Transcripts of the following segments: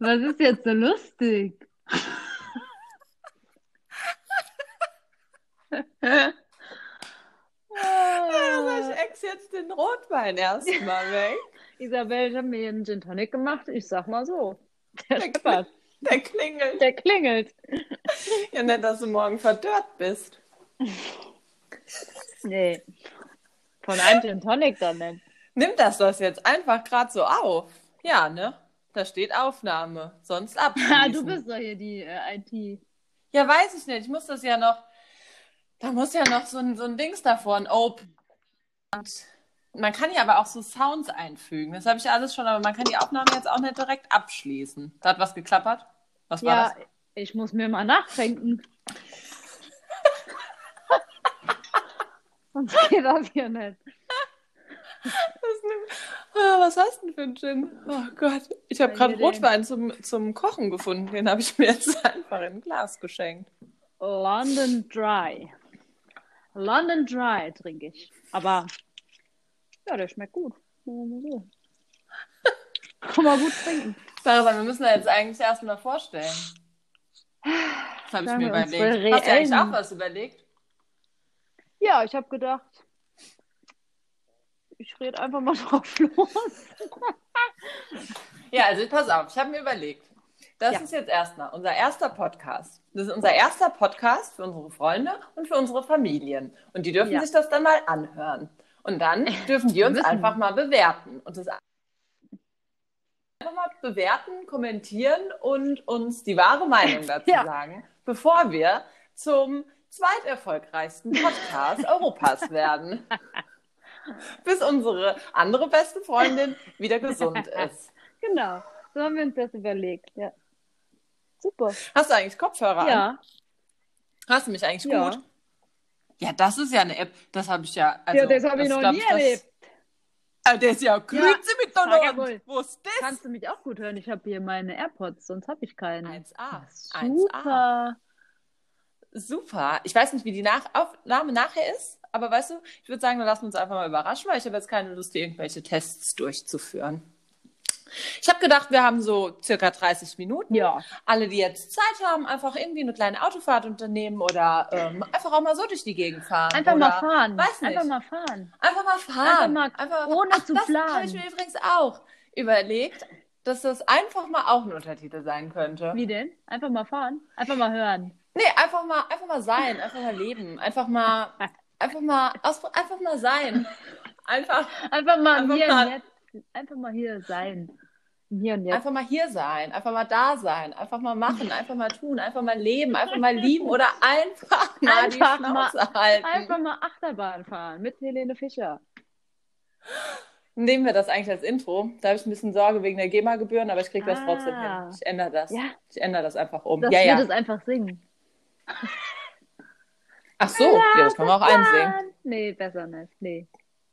Was ist jetzt so lustig? Also ich ex jetzt den Rotwein erstmal weg. Isabel, ich habe mir hier einen Gin Tonic gemacht. Ich sag mal so. Der Der scheppert. Der klingelt. Der klingelt. Ja, nicht, dass du morgen verdörrt bist. Nee. Von einem Gin Tonic dann ne? nicht. Nimm das das jetzt einfach gerade so auf. Ja, ne? Da steht Aufnahme. Sonst ab. Ah, du bist doch hier die äh, IT. Ja, weiß ich nicht. Ich muss das ja noch. Da muss ja noch so ein, so ein Dings davor, ein Open. Und man kann ja aber auch so Sounds einfügen. Das habe ich ja alles schon, aber man kann die Aufnahme jetzt auch nicht direkt abschließen. Da hat was geklappert. Was war Ja, das? ich muss mir mal nachdenken. Sonst geht das hier nicht. Das nimmt- Ah, was hast du denn für einen Gin? Oh Gott. Ich habe Bei gerade mir den. Rotwein zum, zum Kochen gefunden. Den habe ich mir jetzt einfach in ein Glas geschenkt. London Dry. London Dry trinke ich. Aber ja, der schmeckt gut. Sagen wir mal so. Kann man gut trinken. Sarah, wir müssen da jetzt eigentlich erstmal vorstellen. Das habe ich Sagen mir wir unsere überlegt. Hast du eigentlich reellen- auch was überlegt? Ja, ich habe gedacht, ich rede einfach mal drauf los. Ja, also pass auf, ich habe mir überlegt. Das Ja. ist jetzt erstmal unser erster Podcast. Das ist unser erster Podcast für unsere Freunde und für unsere Familien. Und die dürfen Ja. sich das dann mal anhören. Und dann dürfen die uns Müssen. einfach mal bewerten. Und das einfach mal bewerten, kommentieren und uns die wahre Meinung dazu Ja. sagen, bevor wir zum zweiterfolgreichsten Podcast Europas werden. Bis unsere andere beste Freundin wieder gesund ist. Genau, so haben wir uns das überlegt. Ja. Super. Hast du eigentlich Kopfhörer an? Ja, Hörst du mich eigentlich Ja. gut? Ja, das ist ja eine App. Das habe ich ja. Also, ja das habe ich noch glaub nie das- erlebt. Ah, das ist ja grüezi sag ja miteinander. wohl. Wo ist das? Kannst du mich auch gut hören? Ich habe hier meine AirPods, sonst habe ich keine. 1A. Super. 1A. Ah, Super. Super. Ich weiß nicht, wie die nach Aufnahme nachher ist, aber weißt du, ich würde sagen, wir lassen uns einfach mal überraschen, weil ich habe jetzt keine Lust, hier irgendwelche Tests durchzuführen. Ich habe gedacht, wir haben so circa 30 Minuten. Ja, Alle, die jetzt Zeit haben, einfach irgendwie eine kleine Autofahrt unternehmen oder ähm, einfach auch mal so durch die Gegend fahren. einfach oder mal fahren. weiß nicht. Einfach mal fahren. Einfach mal fahren. Einfach mal ohne Ach, zu das planen. habe ich mir übrigens auch überlegt, dass das einfach mal auch ein Untertitel sein könnte. Wie denn? Einfach mal fahren. Einfach mal hören. Nee, einfach mal, einfach mal sein, einfach mal leben, einfach mal, einfach mal, auspro- einfach mal sein. Einfach, Einfach mal Einfach hier mal- und jetzt. Einfach mal hier sein. Im Hier und jetzt. einfach mal hier sein, einfach mal da sein, einfach mal machen, einfach mal tun, einfach mal leben, einfach mal lieben oder einfach mal Einfach die mal- Schnauze halten. Einfach mal Achterbahn fahren mit Helene Fischer. Nehmen wir das eigentlich als Intro. Da habe ich ein bisschen Sorge wegen der GEMA-Gebühren, aber ich kriege das Ah. trotzdem hin. Ich ändere das. Ja. Ich ändere das einfach um. Das ja, ja. wird es einfach singen. Ach so, ja, das können wir auch einsingen. Nee, besser nicht. Nee.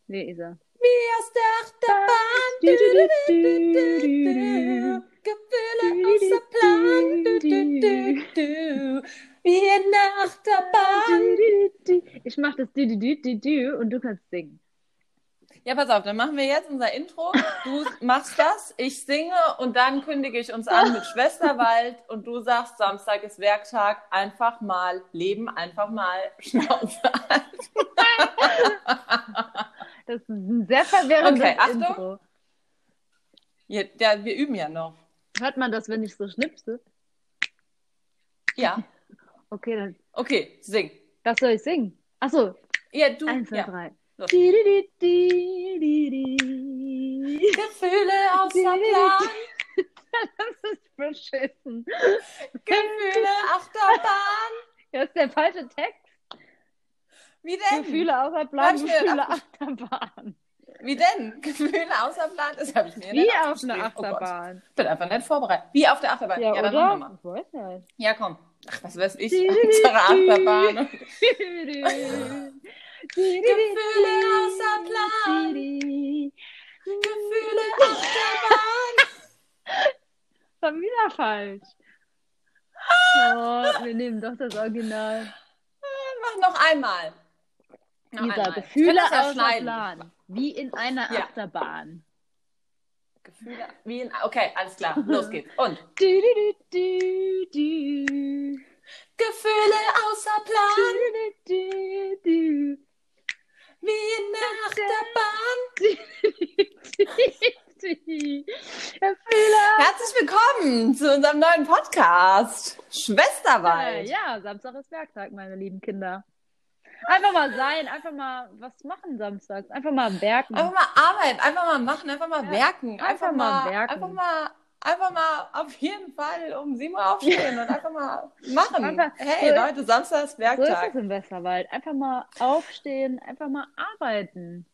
Nee, Isa. Wie aus der Achterbahn. Du, du, du, du, du, du, du, Gefühle außer Plan. Du, du, du, du. Wie in der Achterbahn. du, du, du. Ich mach das du, du, du, du, du und du kannst singen. Ja, pass auf, dann machen wir jetzt unser Intro. Du machst das, ich singe und dann kündige ich uns an mit Schwesterwald und du sagst, Samstag ist Werktag, einfach mal leben, einfach mal Schnauze. Das ist ein sehr verwirrendes Okay, Achtung. Intro. Ja, ja, wir üben ja noch. Hört man das, wenn ich so schnipse? Ja, Okay, dann, okay, sing. was soll ich singen? Achso, Ja, du. eins, zwei, Ja. drei. Los. Di, di, di, di, di, di. Gefühle außer Plan. Das ist beschissen. Gefühle, Achterbahn. Das ist der falsche Text. Wie denn? Gefühle außer Hab Plan, Hm. ich mir Gefühle Achterbahn. Wie denn? Gefühle außer Plan. Das habe ich mir Wie nicht auf einer aufgeschrieben. Oh Gott. Achterbahn. ich bin einfach nicht vorbereitet. Wie auf der Achterbahn. ja, Ja, dann machen wir oder? mal. Ich weiß nicht. Ja, komm. Ach, was weiß ich. Di- di- Unsere di- Achterbahn. Gefühle Gefühle außer Plan. Gefühle Achterbahn. Schon wieder falsch. Ah. Oh, wir nehmen doch das Original. Mach noch einmal. Noch Isa, einmal. Gefühle Ich kann das ja außer schneiden. Plan. Wie in einer Ja. Achterbahn. Gefühle wie in. Okay, alles klar. Los geht's. Und. Du, du, du, du, du. Gefühle außer Plan, Du, du, du, du. wie in der Achterbahn. Fühler. Herzlich willkommen zu unserem neuen Podcast. Schwesterwald. Ja, Samstag ist Werktag, meine lieben Kinder. Einfach mal sein, einfach mal was machen samstags, einfach mal werken. Einfach mal arbeiten, einfach mal machen, einfach mal Genau. Ja, werken. Einfach, einfach mal mal, werken. Einfach mal, einfach mal auf jeden Fall um 7 Uhr aufstehen und einfach mal machen. Einfach- hey so- Leute, Samstag ist so ist Oh, Werktag. es im Westerwald. Einfach mal aufstehen, einfach mal arbeiten.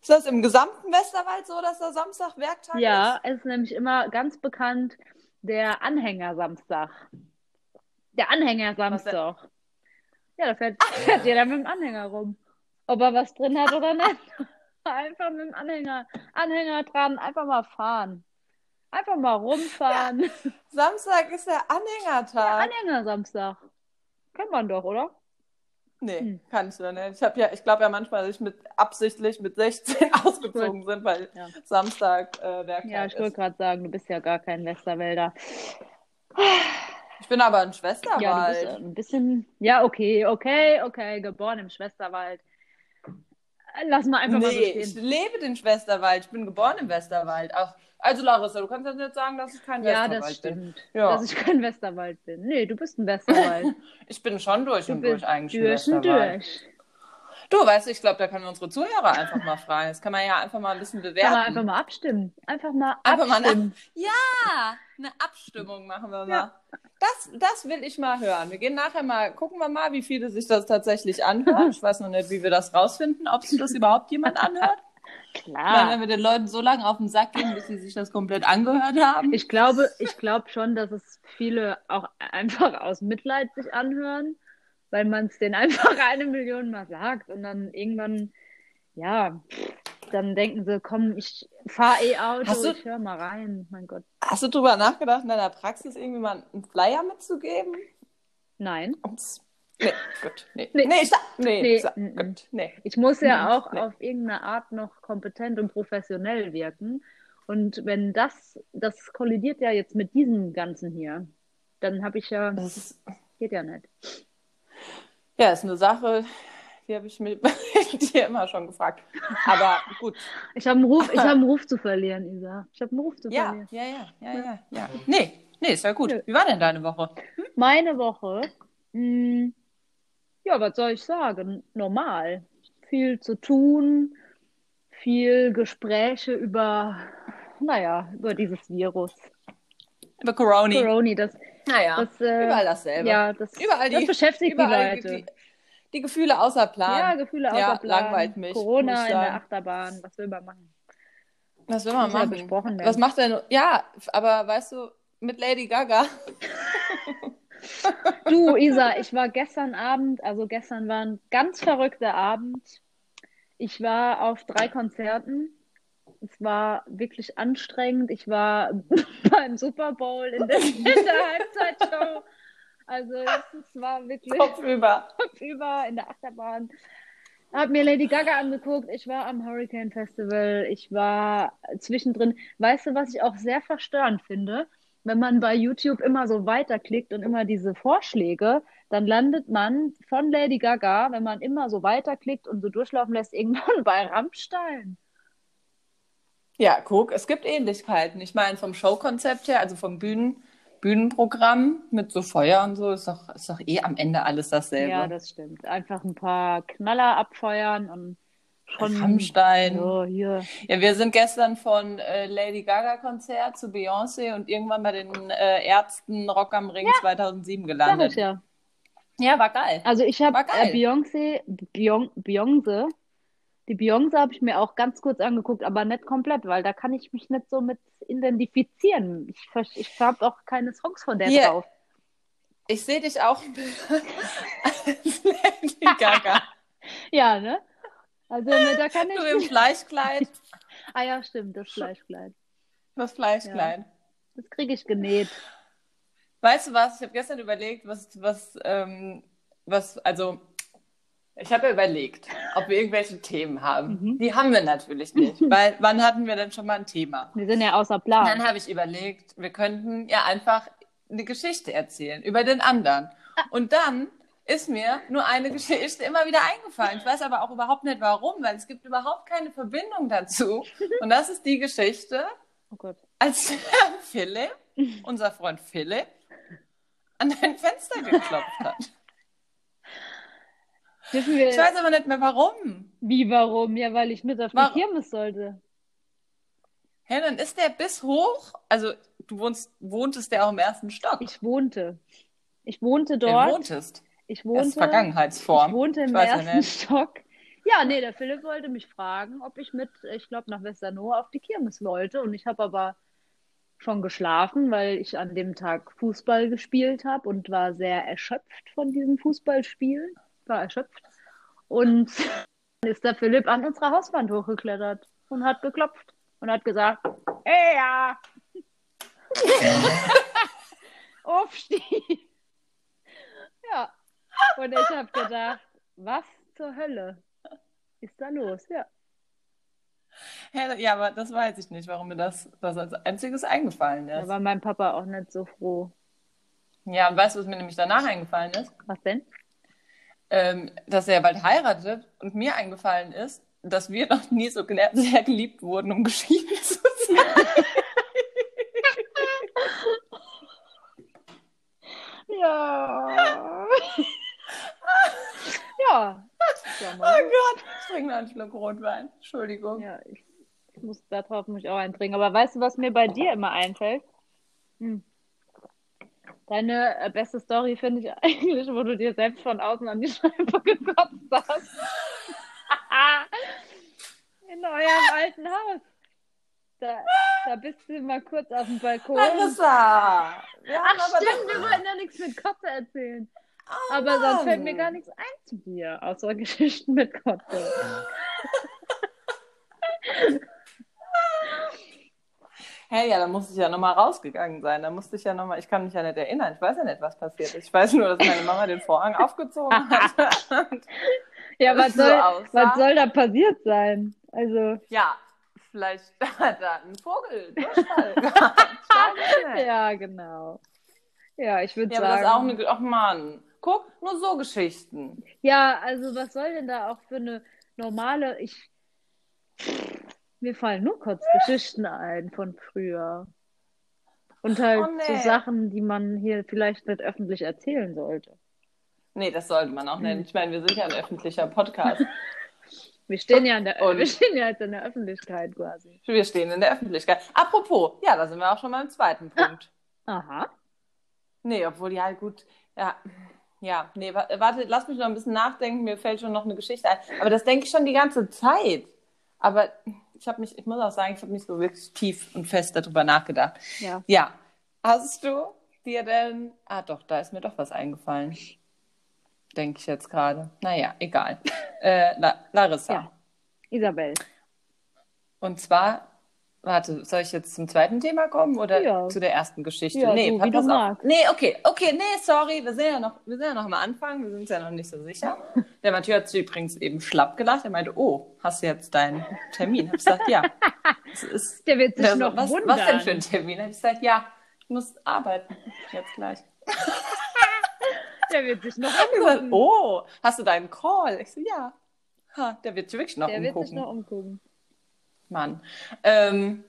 Ist das im gesamten Westerwald so, dass der Samstag Werktag Ja, ist? es ist nämlich immer ganz bekannt der Anhängersamstag. Der Anhängersamstag. Ja, da fährt, fährt jeder mit dem Anhänger rum. Ob er was drin hat oder nicht. Einfach mit dem Anhänger. Anhänger dran, einfach mal fahren. Einfach mal rumfahren. Samstag ist der Anhängertag. Anhängersamstag. Kennt man doch, oder? nee, Hm. kann ich doch nicht. Ich, hab ja, ich glaube ja manchmal, dass ich mit absichtlich mit 16 ausgezogen sind, weil Ja. Samstag äh, Werktag Ja, ich wollte ist. gerade sagen, du bist ja gar kein Westerwälder. Ich bin aber in Ja, du bist Schwesterwald. äh, ein bisschen. Ja, okay, okay, okay. Geboren im Schwesterwald. Äh, Lass mal einfach mal so nee, ich stehen. lebe den Schwesterwald. Ich bin geboren im Westerwald. Ach, also Larissa, du kannst jetzt nicht sagen, dass ich kein Ja, Westerwald das bin. stimmt. Ja. Dass ich kein Westerwald bin. Nee, du bist ein Westerwald. Ich bin schon durch Du und bist durch eigentlich im durch und Westerwald. durch. Du, weißt du, ich glaube, da können unsere Zuhörer einfach mal fragen. Das kann man ja einfach mal ein bisschen Kann bewerten. man einfach mal abstimmen. Einfach mal Einfach mal abstimmen. Ja, eine Abstimmung machen wir mal. Das, das will ich mal hören. Wir gehen nachher mal, gucken wir mal, wie viele sich das tatsächlich anhören. Ich weiß noch nicht, wie wir das rausfinden, ob sich das überhaupt jemand anhört. Ich meine, Klar. wenn wir den Leuten so lange auf den Sack gehen, bis sie sich das komplett angehört haben. Ich glaube, ich glaube schon, dass es viele auch einfach aus Mitleid sich anhören, weil man es denen einfach eine Million Mal sagt und dann irgendwann, ja, dann denken sie, komm, ich fahre eh Hast Auto, du- ich höre mal rein. Mein Gott. Hast du drüber nachgedacht, in deiner Praxis irgendwie mal einen Flyer mitzugeben? Nein. Ups. Nee, gut. Nee, Nee. nee, ich sag, nee, Nee, ich sag, mhm. gut, nee. Ich muss ja Nee, auch nee. auf irgendeine Art noch kompetent und professionell wirken. Und wenn das, das kollidiert ja jetzt mit diesem Ganzen hier, dann habe ich ja, Das ist, geht ja nicht. ja, ist eine Sache, die habe ich mir dir immer schon gefragt. Aber gut. Ich habe einen Ruf, ich habe einen Ruf zu verlieren, Isa. Ich habe einen Ruf zu Ja, verlieren. ja, ja, ja, ja, ja. Nee, nee, ist ja gut. Wie war denn deine Woche? Meine Woche, mh, ja, was soll ich sagen? Normal. Viel zu tun, viel Gespräche über, naja, über dieses Virus. Über Corona. Corona, das, Naja, das, äh, überall dasselbe. ja, das, Überall das die- beschäftigt überall die Leute. Die, die Gefühle außer Plan. Ja, Gefühle außer Ja, Plan. langweilt mich, muss Corona ich in der sagen. Achterbahn, was will man machen? Was will man Muss ja machen? besprochen werden. Was macht denn? Ja, aber weißt du, mit Lady Gaga. Du, Isa, ich war gestern Abend, also gestern war ein ganz verrückter Abend. Ich war auf drei Konzerten. Es war wirklich anstrengend. Ich war beim Super Bowl in der, in der Halbzeitshow. Also es, es war wirklich Kopfüber. über in der Achterbahn. Hab mir Lady Gaga angeguckt, ich war am Hurricane Festival, ich war zwischendrin. Weißt du, was ich auch sehr verstörend finde? Wenn man bei YouTube immer so weiterklickt und immer diese Vorschläge, dann landet man von Lady Gaga, wenn man immer so weiterklickt und so durchlaufen lässt, irgendwann bei Rammstein. Ja, guck, es gibt Ähnlichkeiten. Ich meine, vom Showkonzept her, also vom Bühnen, Bühnenprogramm mit so Feuer und so, ist doch, ist doch eh am Ende alles dasselbe. Ja, das stimmt. Einfach ein paar Knaller abfeuern und schon. Rammstein. So, hier. Ja, wir sind gestern von äh, Lady Gaga Konzert zu Beyoncé und irgendwann bei den äh, Ärzten Rock am Ring 2007 Sag gelandet. ich ja. Ja, war geil. Also ich habe War äh, geil. Beyoncé, Beyon Beyoncé, die Beyoncé habe ich mir auch ganz kurz angeguckt, aber nicht komplett, weil da kann ich mich nicht so mit identifizieren. Ich, ver- ich habe auch keine Songs von der Hier. drauf. Ich sehe dich auch ein bisschen als Lady Gaga. Ja, ne? Also mit da kann Du ich im mich... Fleischkleid. Ah ja, stimmt, das Fleischkleid. Das Fleischkleid. Das kriege ich genäht. Weißt du was? Ich habe gestern überlegt, was, was, ähm, was, also Ich habe ja überlegt, ob wir irgendwelche Themen haben. Mhm. Die haben wir natürlich nicht, weil wann hatten wir denn schon mal ein Thema? Wir sind ja außer Und Plan. Dann habe ich überlegt, wir könnten ja einfach eine Geschichte erzählen über den anderen. Und dann ist mir nur eine Geschichte immer wieder eingefallen. Ich weiß aber auch überhaupt nicht warum, weil es gibt überhaupt keine Verbindung dazu. Und das ist die Geschichte, Oh Gott. als Philipp, unser Freund Philipp, an dein Fenster geklopft hat. Dürfen wir, Ich weiß aber nicht mehr warum. wie warum? Ja, weil ich mit auf die Warum? Kirmes sollte. Hä, dann ist der bis hoch, also du wohnst, wohntest ja auch im ersten Stock. Ich wohnte. Ich wohnte Der dort. wohntest. Ich Das ist wohnte. Vergangenheitsform. Ich wohnte im Ich weiß ja ersten nicht. Stock. Ja, nee, der Philipp wollte mich fragen, ob ich mit, ich glaube, nach Westernohe auf die Kirmes wollte. Und ich habe aber schon geschlafen, weil ich an dem Tag Fußball gespielt habe und war sehr erschöpft von diesem Fußballspiel. War erschöpft. Und dann ist der Philipp an unserer Hauswand hochgeklettert und hat geklopft und hat gesagt, hey ja! Aufstieg! Ja. Und ich habe gedacht, was zur Hölle ist da los? Ja. Hä, ja, aber das weiß ich nicht, warum mir das, das als einziges eingefallen Da ist. war mein Papa auch nicht so froh. Ja, und weißt du, was mir nämlich danach eingefallen ist? Was denn? Ähm, dass er bald heiratet und mir eingefallen ist, dass wir noch nie so gel- sehr geliebt wurden, um geschieden zu sein. Ja. ja. Ist ja Oh mal gut. Gott, ich trinke noch einen Schluck Rotwein. Entschuldigung. Ja, ich, ich muss, darauf muss ich auch eintrinken. Aber weißt du, was mir bei dir immer einfällt? Hm. Deine äh, beste Story finde ich eigentlich, wo du dir selbst von außen an die Scheibe gekotzt hast. In eurem alten Haus. Da, da bist du mal kurz auf dem Balkon. Larissa! Wir haben Ach, aber stimmt, wir wollten ja nichts mit Kotze erzählen. Oh Aber sonst fällt Mann. mir gar nichts ein zu dir, außer Geschichten mit Kotze. Hey, ja, da musste ich ja nochmal rausgegangen sein. Da musste ich ja nochmal, ich kann mich ja nicht erinnern. Ich weiß ja nicht, was passiert ist. Ich weiß nur, dass meine Mama den Vorhang aufgezogen hat. Ja, was Das soll, so aussah. was soll da passiert sein? Also, ja, vielleicht hat da ein Vogel Durchfall gehabt. Ich weiß es nicht. ja, genau. Ja, ich würde Ja, aber das sagen. ist auch eine, Ge- ach Mann, guck, nur so Geschichten. ja, also was soll denn da auch für eine normale. Ich, mir fallen nur kurz Geschichten ein von früher. Und halt Oh, nee. so Sachen, die man hier vielleicht nicht öffentlich erzählen sollte. Nee, das sollte man auch Mhm. nicht. Ich meine, wir sind ja ein öffentlicher Podcast. Wir stehen ja in der, Und- wir stehen ja jetzt in der Öffentlichkeit quasi. Wir stehen in der Öffentlichkeit. Apropos, ja, da sind wir auch schon beim zweiten Punkt. Aha. Nee, obwohl, ja, gut, ja. Ja, nee, wa- warte, lass mich noch ein bisschen nachdenken, mir fällt schon noch eine Geschichte ein. Aber das denke ich schon die ganze Zeit. Aber ich habe mich, ich muss auch sagen, ich habe nicht so wirklich tief und fest darüber nachgedacht. Ja. Ja, hast du dir denn, ah doch, da ist mir doch was eingefallen. Denke ich jetzt gerade. Naja, egal. Äh, La Larissa. Ja. Isabel. Und zwar, warte, soll ich jetzt zum zweiten Thema kommen oder Ja. zu der ersten Geschichte? Ja, nee, so, pa- wie du pass auf. magst. Nee, okay, okay, nee, sorry, wir sind ja noch, wir sind ja noch am Anfang, wir sind uns ja noch nicht so sicher. Der Mathieu hat sich übrigens eben schlapp gelacht. Er meinte, oh, hast du jetzt deinen Termin? Hab ich gesagt, ja. Es ist, Der wird sich Der so, noch was, wundern. was denn für ein Termin? Hab ich gesagt, ja, ich muss arbeiten. Jetzt gleich. Der wird sich noch Er hat gesagt, umgucken. oh, hast du deinen Call? Ich so, ja. Ha, der wird sich wirklich noch Der wird sich umgucken. noch umgucken. Mann. Ähm,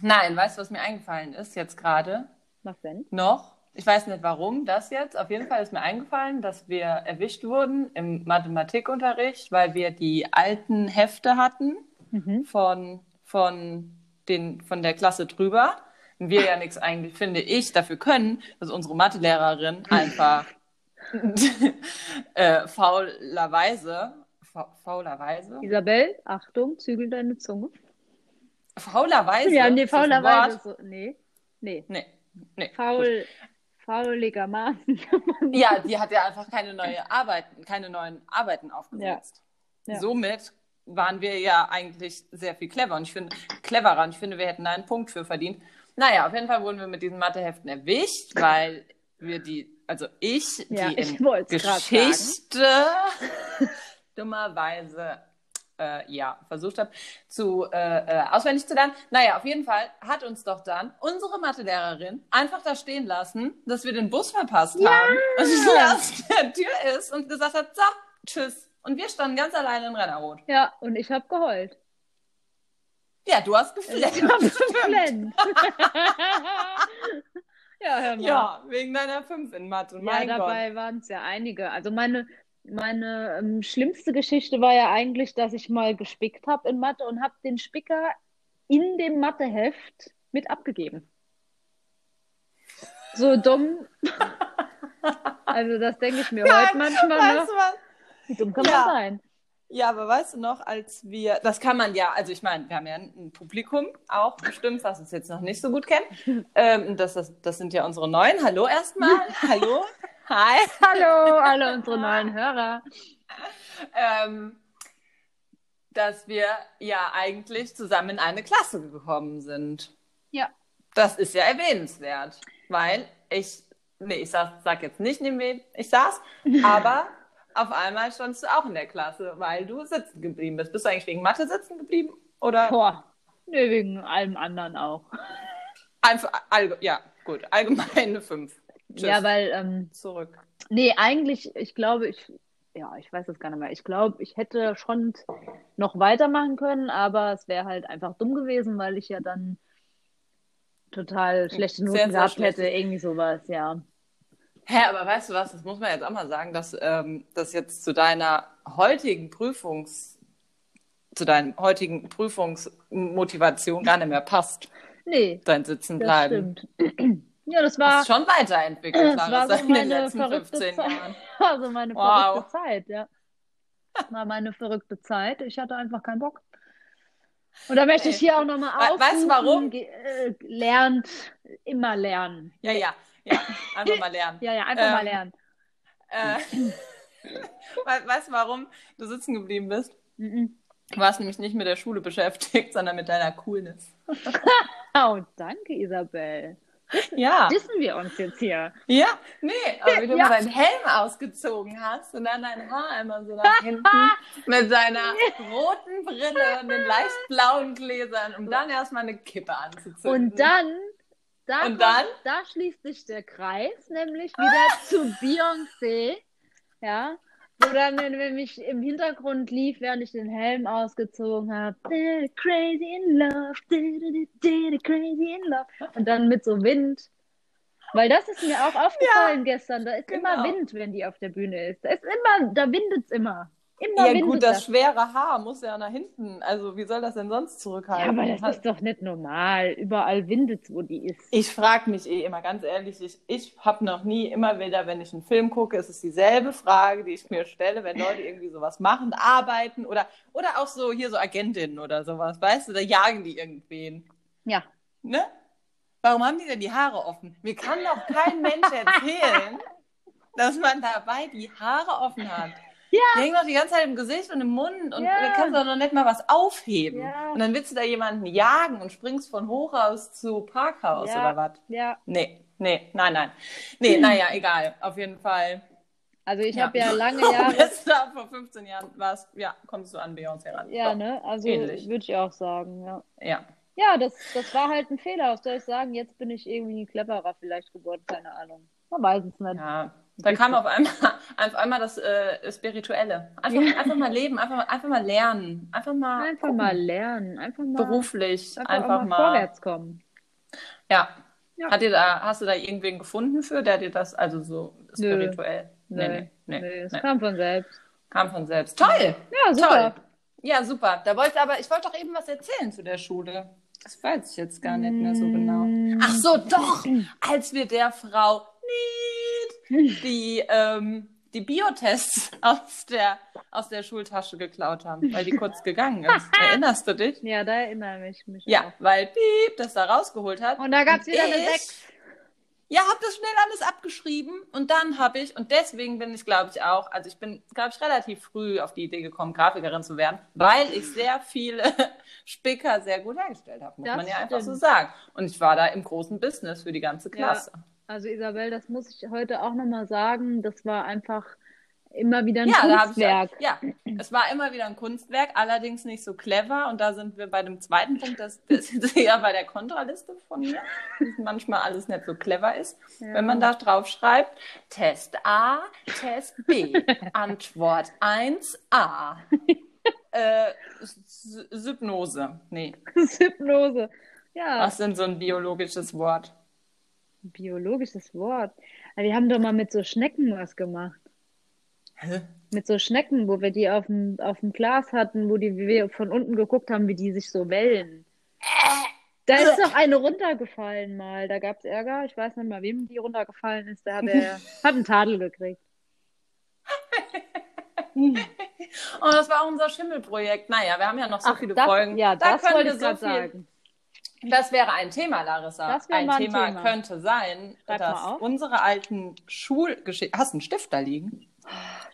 nein, weißt du, was mir eingefallen ist jetzt gerade Was denn? noch? Ich weiß nicht, warum das jetzt. Auf jeden Fall ist mir eingefallen, dass wir erwischt wurden im Mathematikunterricht, weil wir die alten Hefte hatten Mhm. von, von, den, von der Klasse drüber. Und wir ja nichts eigentlich, finde ich, dafür können, dass unsere Mathelehrerin einfach äh, faulerweise, fa faulerweise, Isabel, Achtung, zügel deine Zunge. faulerweise, ja, nee, ist das ein faulerweise. Wort? So, nee, nee. Nee, nee. gut. Faul, faulligermaßen. Ja, die hat ja einfach keine neue Arbeiten, keine neuen Arbeiten aufgesetzt. Ja. Ja. Somit waren wir ja eigentlich sehr viel clever und ich finde cleverer und ich finde, wir hätten da einen Punkt für verdient. Naja, auf jeden Fall wurden wir mit diesen Matheheften erwischt, weil wir die, also ich, Ja, die ich in wollt's grad Geschichte dummerweise äh, ja, versucht habe, zu, äh, äh, auswendig zu lernen. Naja, auf jeden Fall hat uns doch dann unsere Mathelehrerin einfach da stehen lassen, dass wir den Bus verpasst haben und sie aus der Tür ist und gesagt hat, so, tschüss. Und wir standen ganz alleine in Rennerrot. Ja, und ich habe geheult. Ja, du hast Ich geflennt. habe geflennt. ja, hör mal. Ja, wegen deiner 5 in Mathe. Mein ja, Gott. dabei waren es ja einige. Also meine, meine ähm, schlimmste Geschichte war ja eigentlich, dass ich mal gespickt habe in Mathe und habe den Spicker in dem Matheheft mit abgegeben. So dumm. Also das denke ich mir Ja, heute manchmal Weißt noch. du was? Wie dumm kann Ja. man sein? Ja, aber weißt du noch, als wir, das kann man ja, also ich meine, wir haben ja ein Publikum auch bestimmt, was uns jetzt noch nicht so gut kennt. Ähm, das, das, das sind ja unsere Neuen. Hallo erstmal. Hallo. Hi. Hallo, alle unsere neuen Hörer. Ähm, dass wir ja eigentlich zusammen in eine Klasse gekommen sind. Ja. Das ist ja erwähnenswert, weil ich, nee, ich saß, sag jetzt nicht neben wem ich saß, aber auf einmal standst du auch in der Klasse, weil du sitzen geblieben bist. Bist du eigentlich wegen Mathe sitzen geblieben oder? Boah. Nö, wegen allem anderen auch. Einfach, allge ja, gut, allgemeine fünf. Tschüss. Ja, weil ähm, Zurück. Nee, eigentlich, ich glaube, ich, ja, ich weiß es gar nicht mehr. Ich glaube, ich hätte schon noch weitermachen können, aber es wäre halt einfach dumm gewesen, weil ich ja dann total schlechte Hm, Sehr, Noten sehr gehabt schlecht. hätte, irgendwie sowas, ja. Hä, aber weißt du was, das muss man jetzt auch mal sagen, dass ähm, das jetzt zu deiner heutigen Prüfungs, zu deinem heutigen Prüfungsmotivation gar nicht mehr passt, Nee, dein Sitzen das bleiben. stimmt. Ja, das Das war, ist schon weiterentwickelt, das Clara, war so in den meine letzten verrückte 15 Zeit. Jahren. war so also meine Wow. verrückte Zeit, ja. Das war meine verrückte Zeit. Ich hatte einfach keinen Bock. Und da möchte ich Nee. hier auch nochmal We- aufrufen. weißt du warum? Ge- äh, Lernt, immer lernen. Ja, ja, ja, einfach mal lernen. Ja, ja, einfach Ähm, mal lernen. Äh, we- weißt du, warum du sitzen geblieben bist? Mhm. Du warst nämlich nicht mit der Schule beschäftigt, sondern mit deiner Coolness. Oh, danke, Isabel. Ja. Wissen wir uns jetzt hier? Ja, nee, aber wie du Ja. mal deinen Helm ausgezogen hast und dann dein Haar einmal so nach hinten mit seiner roten Brille und den leicht blauen Gläsern, um dann erstmal eine Kippe anzuzünden. Und dann, da, Und dann? Ah! kommt- da schließt sich der Kreis nämlich wieder zu Beyoncé. Ja, wo dann nämlich im Hintergrund lief, während ich den Helm ausgezogen habe. "Did it Crazy in love, did it, did it crazy in love. Und dann mit so Wind. Weil das ist mir auch aufgefallen gestern. Da ist immer genau. Wind, wenn die auf der Bühne ist. Da ist immer, da windet es immer. Immer ja windet gut, das das schwere Haar muss ja nach hinten. Also wie soll das denn sonst Ja, zurückhalten? aber das ist doch nicht normal. Überall windet wo die ist. ich frage mich eh immer ganz ehrlich, ich, ich habe noch nie immer wieder, wenn ich einen Film gucke, ist es dieselbe Frage, die ich mir stelle, wenn Leute irgendwie sowas machen, arbeiten oder, oder auch so hier so Agentinnen oder sowas, weißt du, da jagen die irgendwen. Ja. Ne? Warum haben die denn die Haare offen? Mir kann doch kein Mensch erzählen, dass man dabei die Haare offen hat. Ja. Die hängen doch die ganze Zeit im Gesicht und im Mund und Ja. du kannst doch noch nicht mal was aufheben. Ja. Und dann willst du da jemanden jagen und springst von Hochhaus zu Parkhaus Ja. oder was? Ja, Nee, nee, nein, nein. Nee, naja, egal. Auf jeden Fall. also ich Ja. habe ja lange Du Jahre. bist da vor 15 Jahren warst, ja, kommst du an Beyoncé ran. Ja, So. ne? Also Ähnlich. würde ich auch sagen, ja. Ja. Ja, das, das war halt ein Fehler. Was soll ich sagen? Jetzt bin ich irgendwie cleverer vielleicht geworden, keine Ahnung. Man weiß es nicht. Ja, da kam auf einmal, auf einmal das äh, Spirituelle. Einfach, einfach mal leben, einfach, mal- einfach mal lernen, einfach mal Einfach mal lernen, einfach mal beruflich, einfach, einfach, auch mal, mal. vorwärts kommen. Ja. Ja. Hat dir da, hast du da irgendwen gefunden für, der dir das, also so Nö. spirituell? Nee, Nö. nee, Nö, nee, es nee. kam von selbst. Kam von selbst. Toll! Ja, super. Toll! Ja, super. Da wollte aber, ich wollte doch eben was erzählen zu der Schule. Das weiß ich jetzt gar nicht mehr Mm. so genau. Ach so, doch, als wir der Frau Niet die, ähm, die Biotests aus der, aus der Schultasche geklaut haben, weil die kurz gegangen ist. Erinnerst du dich? Ja, da erinnere ich mich. Ja, weil Piep das da rausgeholt hat. Auch. Und da gab es wieder eine Ich- Sechs. Ja, hab das schnell alles abgeschrieben und dann habe ich, und deswegen bin ich, glaube ich, auch, also ich bin, glaube ich, relativ früh auf die Idee gekommen, Grafikerin zu werden, weil ich sehr viele Spicker sehr gut hergestellt habe, muss Das man ja einfach so stimmt. sagen. Und ich war da im großen Business für die ganze Ja. Klasse. Also Isabel, das muss ich heute auch nochmal sagen. Das war einfach, immer wieder ein ja, da hab ich Kunstwerk. halt- ja, es war immer wieder ein Kunstwerk, allerdings nicht so clever. Und da sind wir bei dem zweiten Punkt, dass das ist ja bei der Kontraliste von mir, dass manchmal alles nicht so clever ist. Ja. Wenn man da drauf schreibt, Test A, Test B, Antwort 1a. Äh, S- Hypnose. Nee, Das ist Hypnose. Ja, was denn so ein biologisches Wort? biologisches Wort. Aber Wir haben doch mal mit so Schnecken was gemacht. Hä? Mit so Schnecken, wo wir die auf dem, auf dem Glas hatten, wo die wir von unten geguckt haben, wie die sich so wellen. Da ist noch eine runtergefallen mal. Da gab es Ärger. Ich weiß nicht mal, wem die runtergefallen ist. Da hat er hat einen Tadel gekriegt. Oh, das war auch unser Schimmelprojekt. Naja, wir haben ja noch so viele das, Folgen. Ja, das können wollte wir ich gerade sagen. Das wäre ein Thema, Larissa. Das wäre ein mal ein Thema, Thema. könnte sein, Schreib mal dass auf. unsere alten Schulgeschichten. Hast du einen Stift da liegen?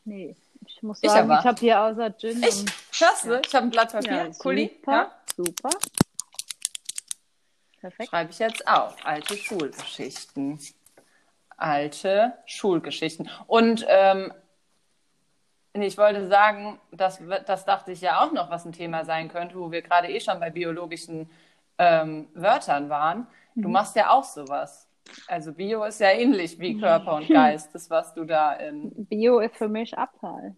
Nee, ich muss Ich sagen, aber. ich, habe hier außer Gin Ich, und klasse. Ich habe ein Blatt Papier. ja, Kuli. super, Ja. super. Perfekt. Schreibe ich jetzt auf. Alte Schulgeschichten. Alte Schulgeschichten. Und ähm, nee, ich wollte sagen, das, wird- das dachte ich ja auch noch, was ein Thema sein könnte, wo wir gerade eh schon bei biologischen ähm, Wörtern waren. Du machst ja auch sowas. Also Bio ist ja ähnlich wie Körper und Geist, das, was du da in. Bio ist für mich Abfall.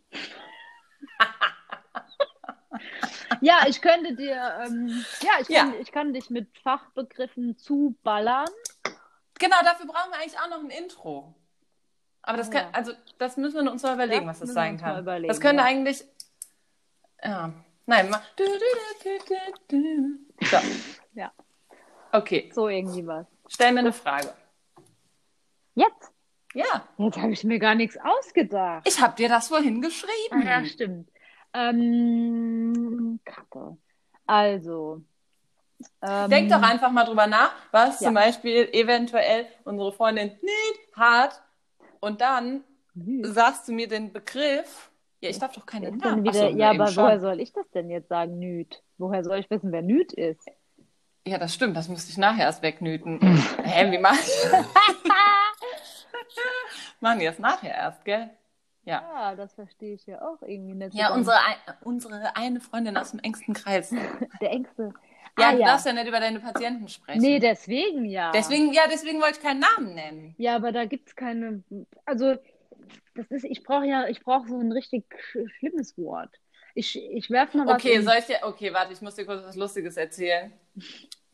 ja, ich könnte dir, ähm, ja, ich Ja. kann, ich kann dich mit Fachbegriffen zuballern. Genau, dafür brauchen wir eigentlich auch noch ein Intro. Aber das Oh kann, ja. also das müssen wir uns mal überlegen, Das was das müssen wir sein uns mal kann. überlegen, das könnte ja. eigentlich. Ja. Nein, mach. Du, du, du, du, du, du. So. Ja. Okay, So irgendwie was. stell mir eine Frage. Jetzt? Ja, Jetzt habe ich mir gar nichts ausgedacht. ich habe dir das vorhin geschrieben. Ah, ja, stimmt. Ähm, Kacke. Also. Ähm, Denk doch einfach mal drüber nach, was Ja. zum Beispiel eventuell unsere Freundin nicht hat. Und dann süß. sagst du mir den Begriff. Ja, ich darf doch keine Ist denn Namen. wieder, Achso, ja, eben aber schon. woher soll ich das denn jetzt sagen, Nüt? Woher soll ich wissen, wer Nüt ist? Ja, das stimmt, das müsste ich nachher erst wegnöten. Hä, wie mach ich Machen die das nachher erst, gell? Ja. Ja, Ah, das verstehe ich ja auch irgendwie nicht. so Ja, ganz. unsere, ein- unsere eine Freundin aus dem engsten Kreis. Ja, Der Ängste. du darfst ja nicht über deine Patienten sprechen. Ah, Nee, deswegen ja. deswegen, ja, deswegen wollte ich keinen Namen nennen. Ja, aber da gibt es keine. Also, das ist, ich brauche ja, ich brauche so ein richtig sch- schlimmes Wort. Ich, ich werfe mal was. Okay, in- soll ich dir, okay, warte, ich muss dir kurz was Lustiges erzählen.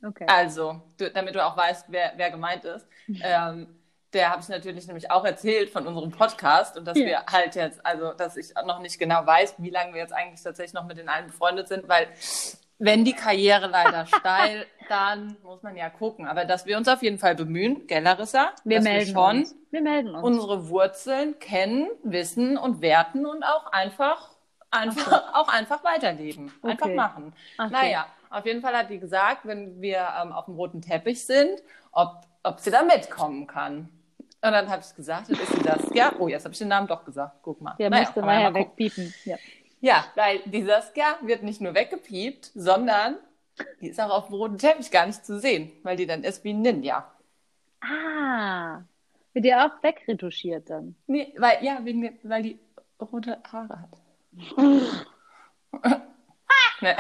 okay. Also, du, damit du auch weißt, wer, wer gemeint ist, ähm, der habe ich natürlich nämlich auch erzählt von unserem Podcast und dass Ja. wir halt jetzt, also dass ich noch nicht genau weiß, wie lange wir jetzt eigentlich tatsächlich noch mit den allen befreundet sind, weil wenn die Karriere leider steil, dann muss man ja gucken. Aber dass wir uns auf jeden Fall bemühen, gell, Larissa? Wir dass melden wir schon uns. Wir melden uns. unsere Wurzeln kennen, wissen und werten und auch einfach, einfach, auch einfach weiterleben. Einfach Okay. machen. Ach so. Naja, auf jeden Fall hat die gesagt, wenn wir ähm, auf dem roten Teppich sind, ob, ob sie da mitkommen kann. Und dann habe ich gesagt, dann ist sie das. Ja, oh, jetzt habe ich den Namen doch gesagt. Guck mal. Der Naja, müsste kann man ja nachher mal gucken. wegbieten. Ja. Ja, weil die Saskia wird nicht nur weggepiept, sondern die ist auch auf dem roten Teppich gar nicht zu sehen, weil die dann ist wie ein Ninja. Ah. Wird ja auch wegretuschiert dann. Nee, weil, ja, wegen, der- weil die rote Haare hat. nee,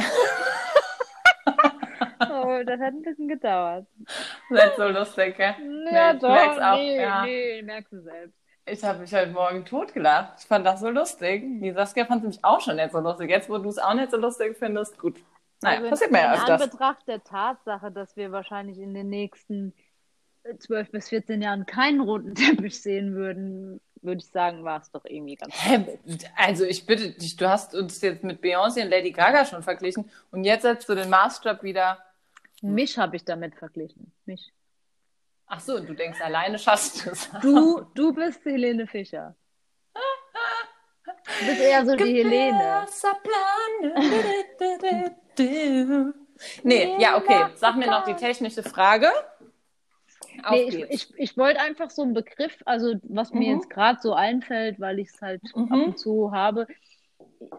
Oh, das hat ein bisschen gedauert. seid so lustig, gell? ja, Nee, ich doch. merk's auch, nee, ja. nee, merkst du selbst. Ich habe mich heute Morgen totgelacht. Ich fand das so lustig. Die Saskia fand mich auch schon nicht so lustig. Jetzt, wo du es auch nicht so lustig findest, gut. Naja, Also in- passiert mir ja in öfters. Anbetracht der Tatsache, dass wir wahrscheinlich in den nächsten 12 bis 14 Jahren keinen roten Teppich sehen würden, würde ich sagen, war es doch irgendwie ganz Hä? Also ich bitte dich, du hast uns jetzt mit Beyoncé und Lady Gaga schon verglichen und jetzt setzt du den Maßstab wieder. Hm. Mich habe ich damit verglichen. Mich. Ach so, du denkst, alleine schaffst du es. Du, du bist die Helene Fischer. Du bist eher so die Helene. Nee, ja, okay. Sag mir noch die technische Frage. Auf Nee, ich, geht's. ich, ich wollte einfach so einen Begriff, also was mir Mhm. jetzt gerade so einfällt, weil ich es halt Mhm. ab und zu habe,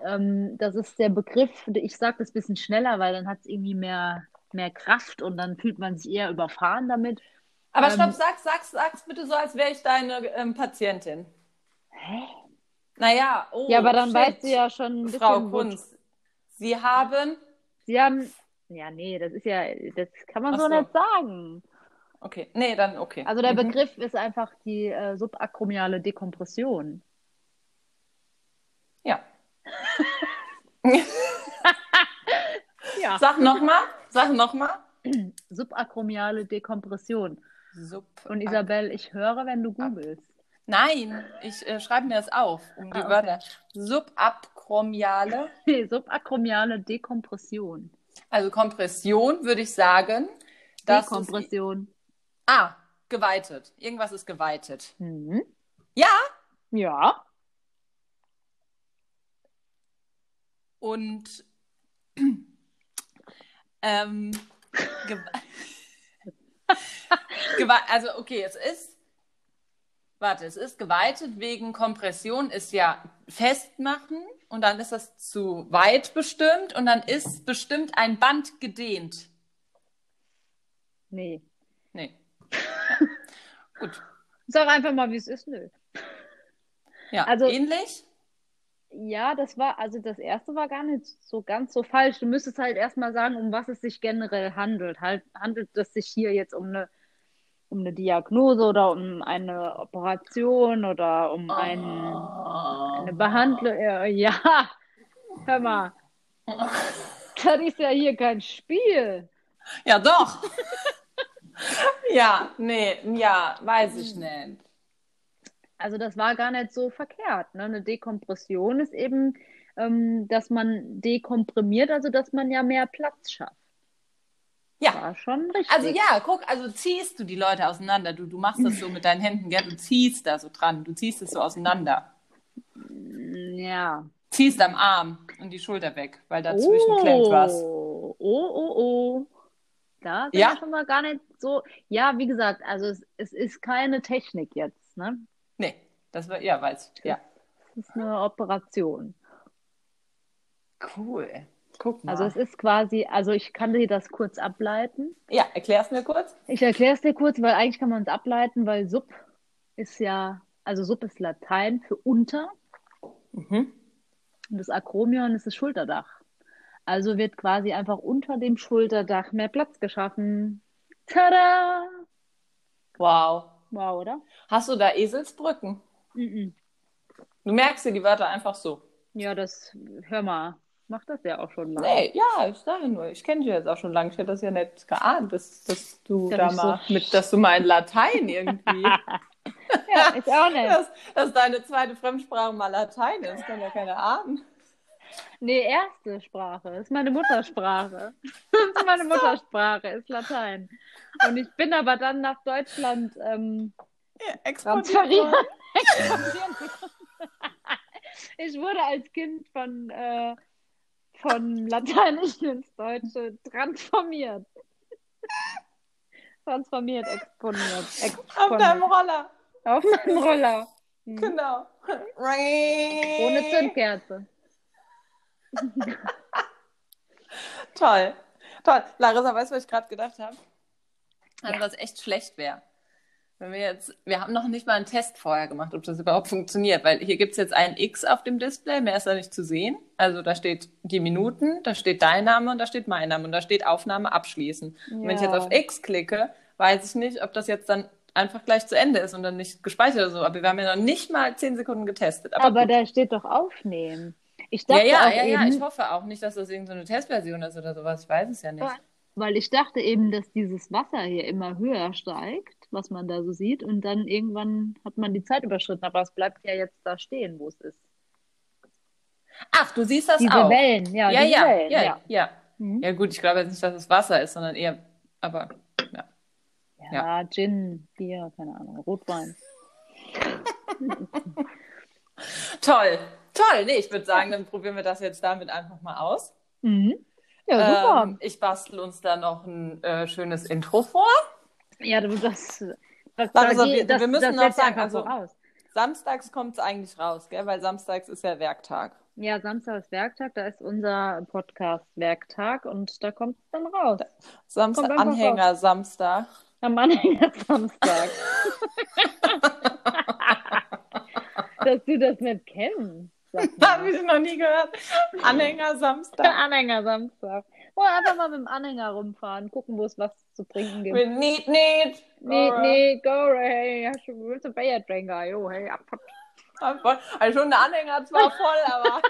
ähm, das ist der Begriff, ich sage das ein bisschen schneller, weil dann hat es irgendwie mehr, mehr Kraft und dann fühlt man sich eher überfahren damit. Aber Ähm, stopp, sag, sag, sag's bitte so, als wäre ich deine ähm, Patientin. Naja, oh, ja, aber dann shit. weißt du ja schon ein bisschen. Frau wo- Kunz, Sie haben. Sie haben. Ja, nee, das ist ja, das kann man Ach so so. nicht sagen. Okay, nee, dann okay. Also der Mhm. Begriff ist einfach die äh, subakromiale Dekompression. Ja. Ja. Sag nochmal, sag nochmal. Subakromiale Dekompression. Sub. Und Isabel, ich höre, wenn du googelst. Nein, ich äh, schreibe mir das auf, um die Ah, okay. Wörter. Subakromiale, Nee, subakromiale Dekompression. also Kompression, würde ich sagen. Das ist, Dekompression. ah, geweitet. Irgendwas ist geweitet. Mhm. Ja. Ja. Und ähm, ge Gewe- also okay, es ist, warte, es ist geweitet wegen Kompression, ist ja festmachen und dann ist das zu weit bestimmt und dann ist bestimmt ein Band gedehnt. Nee. Nee. Ja. Gut. Sag einfach mal, wie es ist, nö. Ja, Also- ähnlich. Ja, das war, also das erste war gar nicht so ganz so falsch. Du müsstest halt erstmal sagen, um was es sich generell handelt. Halt, handelt es sich hier jetzt um eine, um eine Diagnose oder um eine Operation oder um ein, eine Behandlung? Äh, Ja, hör mal. Das ist ja hier kein Spiel. Ja, doch. ja, nee, ja, weiß ich nicht. Also das war gar nicht so verkehrt. Ne? Eine Dekompression ist eben, ähm, dass man dekomprimiert, also dass man ja mehr Platz schafft. Ja. War schon richtig. Also ja, guck, also ziehst du die Leute auseinander. Du, du machst das so mit deinen Händen, gell? Du ziehst da so dran, du ziehst es so auseinander. Ja. Ziehst am Arm und die Schulter weg, weil dazwischen klemmt was. Oh, oh, oh. Da sind Ja. wir schon mal gar nicht so. Ja, wie gesagt, also es, es ist keine Technik jetzt, ne? Nee, das war, ja, weiß ich. Ja. Es ist eine Operation. Cool. Guck mal. Also es ist quasi, also ich kann dir das kurz ableiten. ja, erklär's mir kurz. Ich erkläre es dir kurz, weil eigentlich kann man es ableiten, weil sub ist ja, also sub ist Latein für unter Mhm. und das Akromion ist das Schulterdach. Also wird quasi einfach unter dem Schulterdach mehr Platz geschaffen. Tada! Wow. Wow, oder? Hast du da Eselsbrücken? Mhm. Du merkst dir die Wörter einfach so. Ja, das, hör mal, macht das ja auch schon lange. Nee, ja, ich sage nur, ich kenne dich jetzt auch schon lange. Ich hätte das ja nicht geahnt, dass, dass du Ja, da nicht mal mit, dass du mal in Latein irgendwie. Ja, ich auch nicht. Dass, dass deine zweite Fremdsprache mal Latein ist, kann ja keine Ahnung. Nee, erste Sprache ist meine Muttersprache. Das ist meine Muttersprache, ist Latein. Und ich bin aber dann nach Deutschland ähm, transferiert. ich wurde als Kind von, äh, von Lateinisch ins Deutsche transformiert. Transformiert, exponiert. Auf deinem exponiert. Roller. Auf meinem Roller. Mhm. Genau. Ohne Ohne Zündkerze. Toll. Toll. Larissa, weißt du, was ich gerade gedacht habe? Also, was echt schlecht wäre. Wenn wir jetzt, wir haben noch nicht mal einen Test vorher gemacht, ob das überhaupt funktioniert, weil hier gibt es jetzt ein X auf dem Display, mehr ist da nicht zu sehen. Also da steht die Minuten, da steht dein Name und da steht mein Name und da steht Aufnahme abschließen. Und wenn ich jetzt Ja. auf X klicke, weiß ich nicht, ob das jetzt dann einfach gleich zu Ende ist und dann nicht gespeichert oder so. Aber wir haben ja noch nicht mal zehn Sekunden getestet. Aber, Aber gut. da steht doch aufnehmen. Ich ja, dachte ja, auch ja, ja. eben, Ich hoffe auch nicht, dass das irgendeine Testversion ist oder sowas. Ich weiß es ja nicht. Ja. weil ich dachte eben, dass dieses Wasser hier immer höher steigt, was man da so sieht, und dann irgendwann hat man die Zeit überschritten, aber es bleibt ja jetzt da stehen, wo es ist. Ach, du siehst das Diese auch. Wellen, ja, ja, diese ja, Wellen, ja, ja, ja. Mhm. Ja, gut, ich glaube jetzt nicht, dass es Wasser ist, sondern eher, aber ja. Ja, Gin, Bier, keine Ahnung, Rotwein. Toll, toll. Nee, ich würde sagen, dann probieren wir das jetzt damit einfach mal aus. Mhm. Ja, Ähm, ich bastel uns dann noch ein äh, schönes Intro vor. super. Ja, du, das, das, da Also, geh- wir- wir müssen das noch setzt sagen, einfach also- so raus. Samstags kommt es eigentlich raus, gell? Weil samstags ist ja Werktag. Ja, Samstag ist Werktag, da ist unser Podcast-Werktag und da kommt es dann raus. Samstag, Kommt einfach Anhänger Samstag. Am Anhänger Samstag. dass du das nicht kennst. Sag Habe mal. ich noch nie gehört. Anhänger Der Samstag. Anhänger Samstag. Oh, einfach mal mit dem Anhänger rumfahren, gucken, wo es was zu trinken gibt. Mit oh. Need, Need. Nee, nee, go, hey, hast du willst du Bayertrinker? Jo, hey, ab, ab. Also schon der Anhänger zwar voll, aber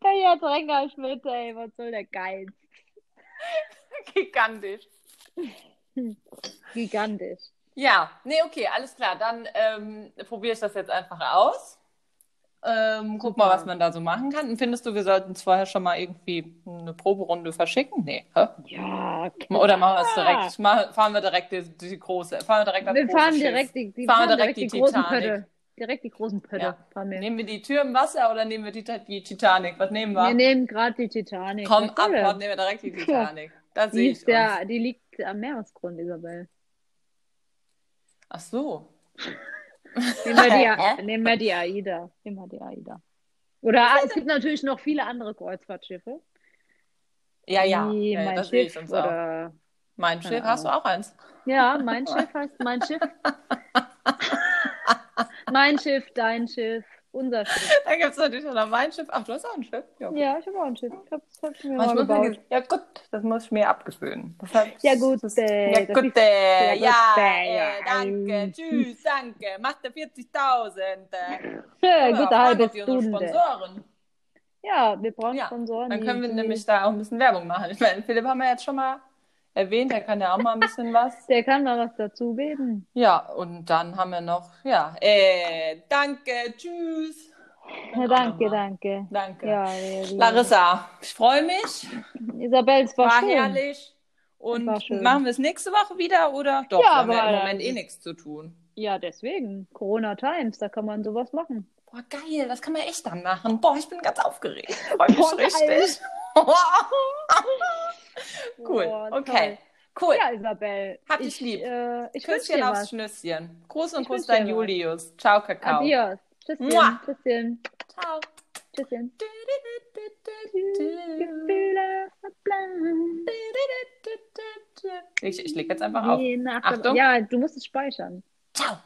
Bayertrinker, Schmidt, ey, was soll der Geiz? gigantisch. Gigantisch. Ja, nee, okay, alles klar. Dann ähm, probiere ich das jetzt einfach aus. Ähm, guck mal, Super. was man da so machen kann. Und Findest du, wir sollten es vorher schon mal irgendwie eine Proberunde verschicken? Nee. Hä? Ja, Oder machen wir es klar. direkt? Mach- Fahren wir direkt die, die große. Fahren wir direkt das Wir große fahren Schiff. direkt die, die, Fahren fahren wir direkt direkt die, die großen Titanic. Pötte. Direkt die großen Pötte Ja. fahren wir. Nehmen wir die Tür im Wasser oder nehmen wir die, Tit- die Titanic? Was nehmen wir? wir nehmen gerade die Titanic. Komm, Was soll das? Abfahrt, nehmen wir direkt die Titanic. Da Die, sehe ich ist ja, uns. die liegt am Meeresgrund, Isabel. Ach so. Nehmen wir die, nehmen wir die AIDA. Nehmen wir die AIDA. Oder ah, es gibt natürlich noch viele andere Kreuzfahrtschiffe. Ja, ja. Wie ja, ja, mein das sehe Schiff ich uns auch. oder Mein Schiff, Keine hast du auch eins? Ja, mein Schiff heißt mein Schiff. mein Schiff, dein Schiff, unser Schiff. Dann gibt es natürlich auch noch mein Schiff. Ach, du hast auch ein Schiff? Ja, gut. Ja, ich habe auch ein Schiff. Ich hab, das hab ich mir Aber mal ich muss mir gebaut. ge- ja gut, das muss ich mir abgewöhnen. Das hat- Ja, gut, das- äh, ja, das gut, ist- äh, ja, gut, ja, äh, äh, ja. danke, tschüss, danke, macht der 40.000. Äh, Ja, ja, gute halbe freuen wir unsere Stunde. Sponsoren. Ja, wir brauchen Ja, Sponsoren. Dann die- können wir die- nämlich da auch ein bisschen Werbung machen. Ich meine, Philipp haben wir jetzt schon mal erwähnt, der kann ja auch mal ein bisschen was. Der kann mal was dazugeben. Ja, und dann haben wir noch, ja, äh, danke, tschüss. Ja, danke, danke. Danke. Ja, wir- wir- Larissa, ich freue mich. Isabel, es war, War schön. herrlich. Und War schön. machen wir es nächste Woche wieder oder? Doch, Ja, wir haben ja aber im Moment dann- eh nichts zu tun. Ja, deswegen. Corona Times, da kann man sowas machen. Boah, geil, das kann man echt dann machen. Boah, ich bin ganz aufgeregt. Ich freue mich Boah, geil. richtig. cool, Boah, Oh, okay. toll. Cool. Ja, Isabel. Hab dich lieb. Äh, ich wünsche Küsschen dir aufs was. Schnüsschen. Gruß und Ich Kuss wünsch dir dein was. Julius. Ciao, Kakao. Adios. Tschüsschen. Mua. Tschüsschen. Ciao. Tschüsschen. Gefühle verbleiben. Ich, ich leg jetzt einfach auf. Die Nacht- Achtung. Ja, du musst es speichern. Ciao.